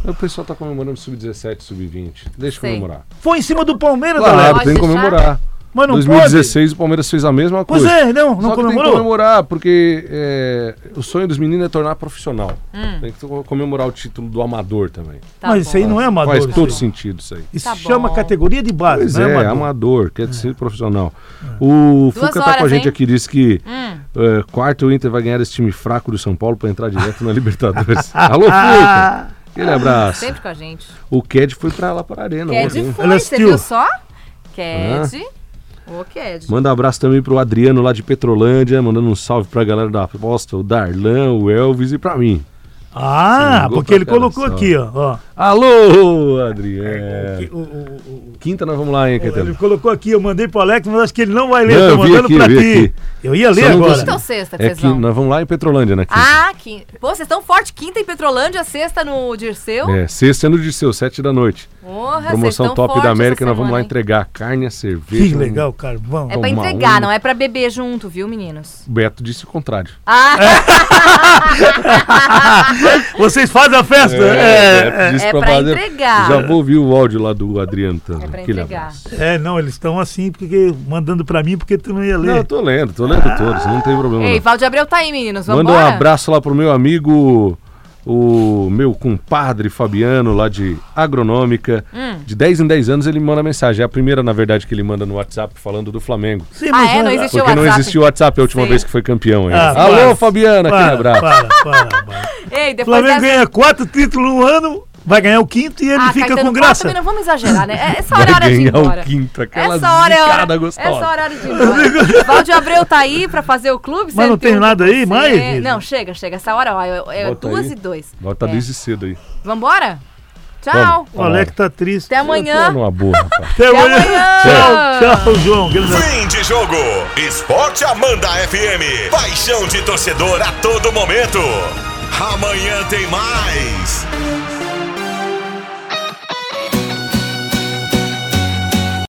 [SPEAKER 5] O pessoal tá comemorando sub-17, sub-20. Deixa eu
[SPEAKER 1] Sei.
[SPEAKER 5] comemorar.
[SPEAKER 4] Foi em cima do Palmeiras,
[SPEAKER 5] Claro,
[SPEAKER 4] Alex.
[SPEAKER 1] Pode
[SPEAKER 5] tem que
[SPEAKER 1] deixar.
[SPEAKER 5] comemorar.
[SPEAKER 4] Mas
[SPEAKER 5] Em
[SPEAKER 4] não
[SPEAKER 5] 2016 o Palmeiras fez a mesma
[SPEAKER 4] pode. Pois
[SPEAKER 5] coisa.
[SPEAKER 4] é, não,
[SPEAKER 5] Só que
[SPEAKER 4] não
[SPEAKER 5] tem que
[SPEAKER 4] comemorou.
[SPEAKER 5] comemorar, porque é, o sonho dos meninos é tornar profissional.
[SPEAKER 4] Hum.
[SPEAKER 5] Tem que co- comemorar o título do amador também.
[SPEAKER 1] Tá
[SPEAKER 4] Mas isso aí
[SPEAKER 1] bom.
[SPEAKER 4] não é amador.
[SPEAKER 5] Faz
[SPEAKER 4] isso
[SPEAKER 5] todo
[SPEAKER 4] aí.
[SPEAKER 5] sentido isso aí.
[SPEAKER 4] Isso
[SPEAKER 1] Tá
[SPEAKER 4] chama
[SPEAKER 1] bom.
[SPEAKER 4] categoria de base,
[SPEAKER 5] Pois
[SPEAKER 4] não
[SPEAKER 5] é,
[SPEAKER 4] é,
[SPEAKER 5] amador,
[SPEAKER 4] amador?
[SPEAKER 5] quer ser profissional. O Fuca tá
[SPEAKER 1] horas,
[SPEAKER 5] com a gente
[SPEAKER 1] hein?
[SPEAKER 5] aqui, disse que
[SPEAKER 1] Hum.
[SPEAKER 5] é, quarto o Inter vai ganhar esse time fraco do São Paulo pra entrar direto na *laughs* Libertadores. Alô,
[SPEAKER 4] *laughs*
[SPEAKER 5] Fuca! Aquele abraço.
[SPEAKER 1] Sempre com a gente.
[SPEAKER 5] O Ked foi pra lá pra arena ontem,
[SPEAKER 1] Ked
[SPEAKER 5] hein?
[SPEAKER 1] foi,
[SPEAKER 4] Ela
[SPEAKER 1] você
[SPEAKER 4] assistiu.
[SPEAKER 1] viu só? Ked. Ô, Ked.
[SPEAKER 5] Manda um abraço também pro Adriano lá de Petrolândia, mandando um salve pra galera da aposta, o Darlan, o Elvis e pra mim. Sim,
[SPEAKER 4] Ah,
[SPEAKER 5] ligou
[SPEAKER 4] porque
[SPEAKER 5] pra
[SPEAKER 4] ele
[SPEAKER 5] cara
[SPEAKER 4] colocou
[SPEAKER 5] só. É.
[SPEAKER 4] aqui, ó. ó.
[SPEAKER 5] Alô, Adriano!
[SPEAKER 4] O- o- o-
[SPEAKER 5] Quinta nós vamos lá, hein,
[SPEAKER 4] o- ele
[SPEAKER 5] Caetano?
[SPEAKER 4] colocou aqui, eu mandei pro Alex, mas acho que ele não vai ler,
[SPEAKER 5] Não,
[SPEAKER 4] eu
[SPEAKER 5] eu
[SPEAKER 4] tô
[SPEAKER 5] vi
[SPEAKER 4] mandando
[SPEAKER 5] aqui,
[SPEAKER 4] pra
[SPEAKER 5] eu vi
[SPEAKER 4] ti.
[SPEAKER 5] aqui.
[SPEAKER 4] Eu ia
[SPEAKER 5] Só
[SPEAKER 4] ler
[SPEAKER 5] não consegui.
[SPEAKER 4] agora.
[SPEAKER 1] Quinta ou Então sexta que
[SPEAKER 5] É
[SPEAKER 1] vocês
[SPEAKER 5] que
[SPEAKER 1] vão?
[SPEAKER 5] nós vamos lá em Petrolândia, né? quinta?
[SPEAKER 1] Ah, que... Pô, vocês estão forte. Quinta em Petrolândia, sexta no Dirceu.
[SPEAKER 5] É, sexta é no Disseu, sete da noite.
[SPEAKER 1] Porra, Ah, vocês
[SPEAKER 5] Promoção
[SPEAKER 1] tão
[SPEAKER 5] top
[SPEAKER 1] forte
[SPEAKER 5] da
[SPEAKER 1] essa
[SPEAKER 5] América, nós vamos
[SPEAKER 1] semana,
[SPEAKER 5] lá
[SPEAKER 1] hein?
[SPEAKER 5] entregar carne, a cerveja.
[SPEAKER 4] Que
[SPEAKER 5] um-
[SPEAKER 4] legal, carvão.
[SPEAKER 1] É pra
[SPEAKER 5] Tomar
[SPEAKER 1] entregar,
[SPEAKER 5] uma.
[SPEAKER 1] não é pra beber junto, viu, meninos?
[SPEAKER 5] O Beto disse o contrário.
[SPEAKER 1] Ah,
[SPEAKER 4] Vocês fazem a festa?
[SPEAKER 5] o
[SPEAKER 4] É,
[SPEAKER 5] Beto disse
[SPEAKER 1] é pra entregar.
[SPEAKER 5] Já vou ouvir o áudio lá do Adriano também.
[SPEAKER 1] É pra
[SPEAKER 5] Aquele
[SPEAKER 1] entregar.
[SPEAKER 5] abraço.
[SPEAKER 4] é. É, não, eles estão assim, porque mandando pra mim porque tu não ia
[SPEAKER 5] Não, eu
[SPEAKER 4] ler.
[SPEAKER 5] tô lendo, tô lendo todos, não tem problema.
[SPEAKER 1] Ah. ei,
[SPEAKER 5] não.
[SPEAKER 1] Valde Abreu tá aí, meninos.
[SPEAKER 5] Manda
[SPEAKER 1] Vambora?
[SPEAKER 5] um abraço lá pro meu amigo, o meu compadre Fabiano, lá de Agronômica.
[SPEAKER 1] Hum.
[SPEAKER 5] De 10 em 10 anos ele manda mensagem. É a primeira, na verdade, que ele manda no WhatsApp falando do Flamengo.
[SPEAKER 4] Sim,
[SPEAKER 1] Ah,
[SPEAKER 4] mas
[SPEAKER 1] é? Não
[SPEAKER 4] vai lá.
[SPEAKER 1] existiu o
[SPEAKER 5] Porque não
[SPEAKER 1] WhatsApp.
[SPEAKER 5] existiu o WhatsApp a última
[SPEAKER 1] Sim.
[SPEAKER 5] vez que foi campeão. hein?
[SPEAKER 4] Ah,
[SPEAKER 5] Alô,
[SPEAKER 4] para,
[SPEAKER 5] Fabiano, aquele
[SPEAKER 4] Para,
[SPEAKER 5] abraço.
[SPEAKER 4] para, para, para.
[SPEAKER 1] Ei,
[SPEAKER 4] O
[SPEAKER 1] depois
[SPEAKER 4] Flamengo
[SPEAKER 1] dessa...
[SPEAKER 4] ganha quatro títulos no ano, vai ganhar o quinto e ele
[SPEAKER 1] Ah,
[SPEAKER 4] fica
[SPEAKER 1] Caetano,
[SPEAKER 4] com
[SPEAKER 1] fala
[SPEAKER 4] graça.
[SPEAKER 1] também, não vamos exagerar, né? É- Essa hora é hora de ir
[SPEAKER 5] ganhar
[SPEAKER 1] embora.
[SPEAKER 5] o quinto, aquela
[SPEAKER 1] Essa hora é
[SPEAKER 5] zicada
[SPEAKER 1] hora,
[SPEAKER 5] gostosa.
[SPEAKER 1] essa hora é hora de ir embora. Valde Abreu tá aí pra fazer o clube.
[SPEAKER 4] Mas não tem
[SPEAKER 1] 101
[SPEAKER 4] nada aí
[SPEAKER 1] você. é-
[SPEAKER 4] mais?
[SPEAKER 1] Não, chega, chega. Essa hora ó, é, é
[SPEAKER 5] Bota
[SPEAKER 1] duas
[SPEAKER 5] aí.
[SPEAKER 1] e dois.
[SPEAKER 5] Bota
[SPEAKER 1] É.
[SPEAKER 5] desde cedo aí.
[SPEAKER 1] Vambora? Tchau.
[SPEAKER 5] Vamos.
[SPEAKER 4] O Alex tá triste.
[SPEAKER 1] Até amanhã.
[SPEAKER 5] Eu tô numa boa, rapaz.
[SPEAKER 4] Até amanhã.
[SPEAKER 1] amanhã.
[SPEAKER 4] Tchau, tchau, João. Grande abraço.
[SPEAKER 3] Fim de jogo. Esporte Amanda FM. Paixão de torcedor a todo momento. Amanhã tem mais.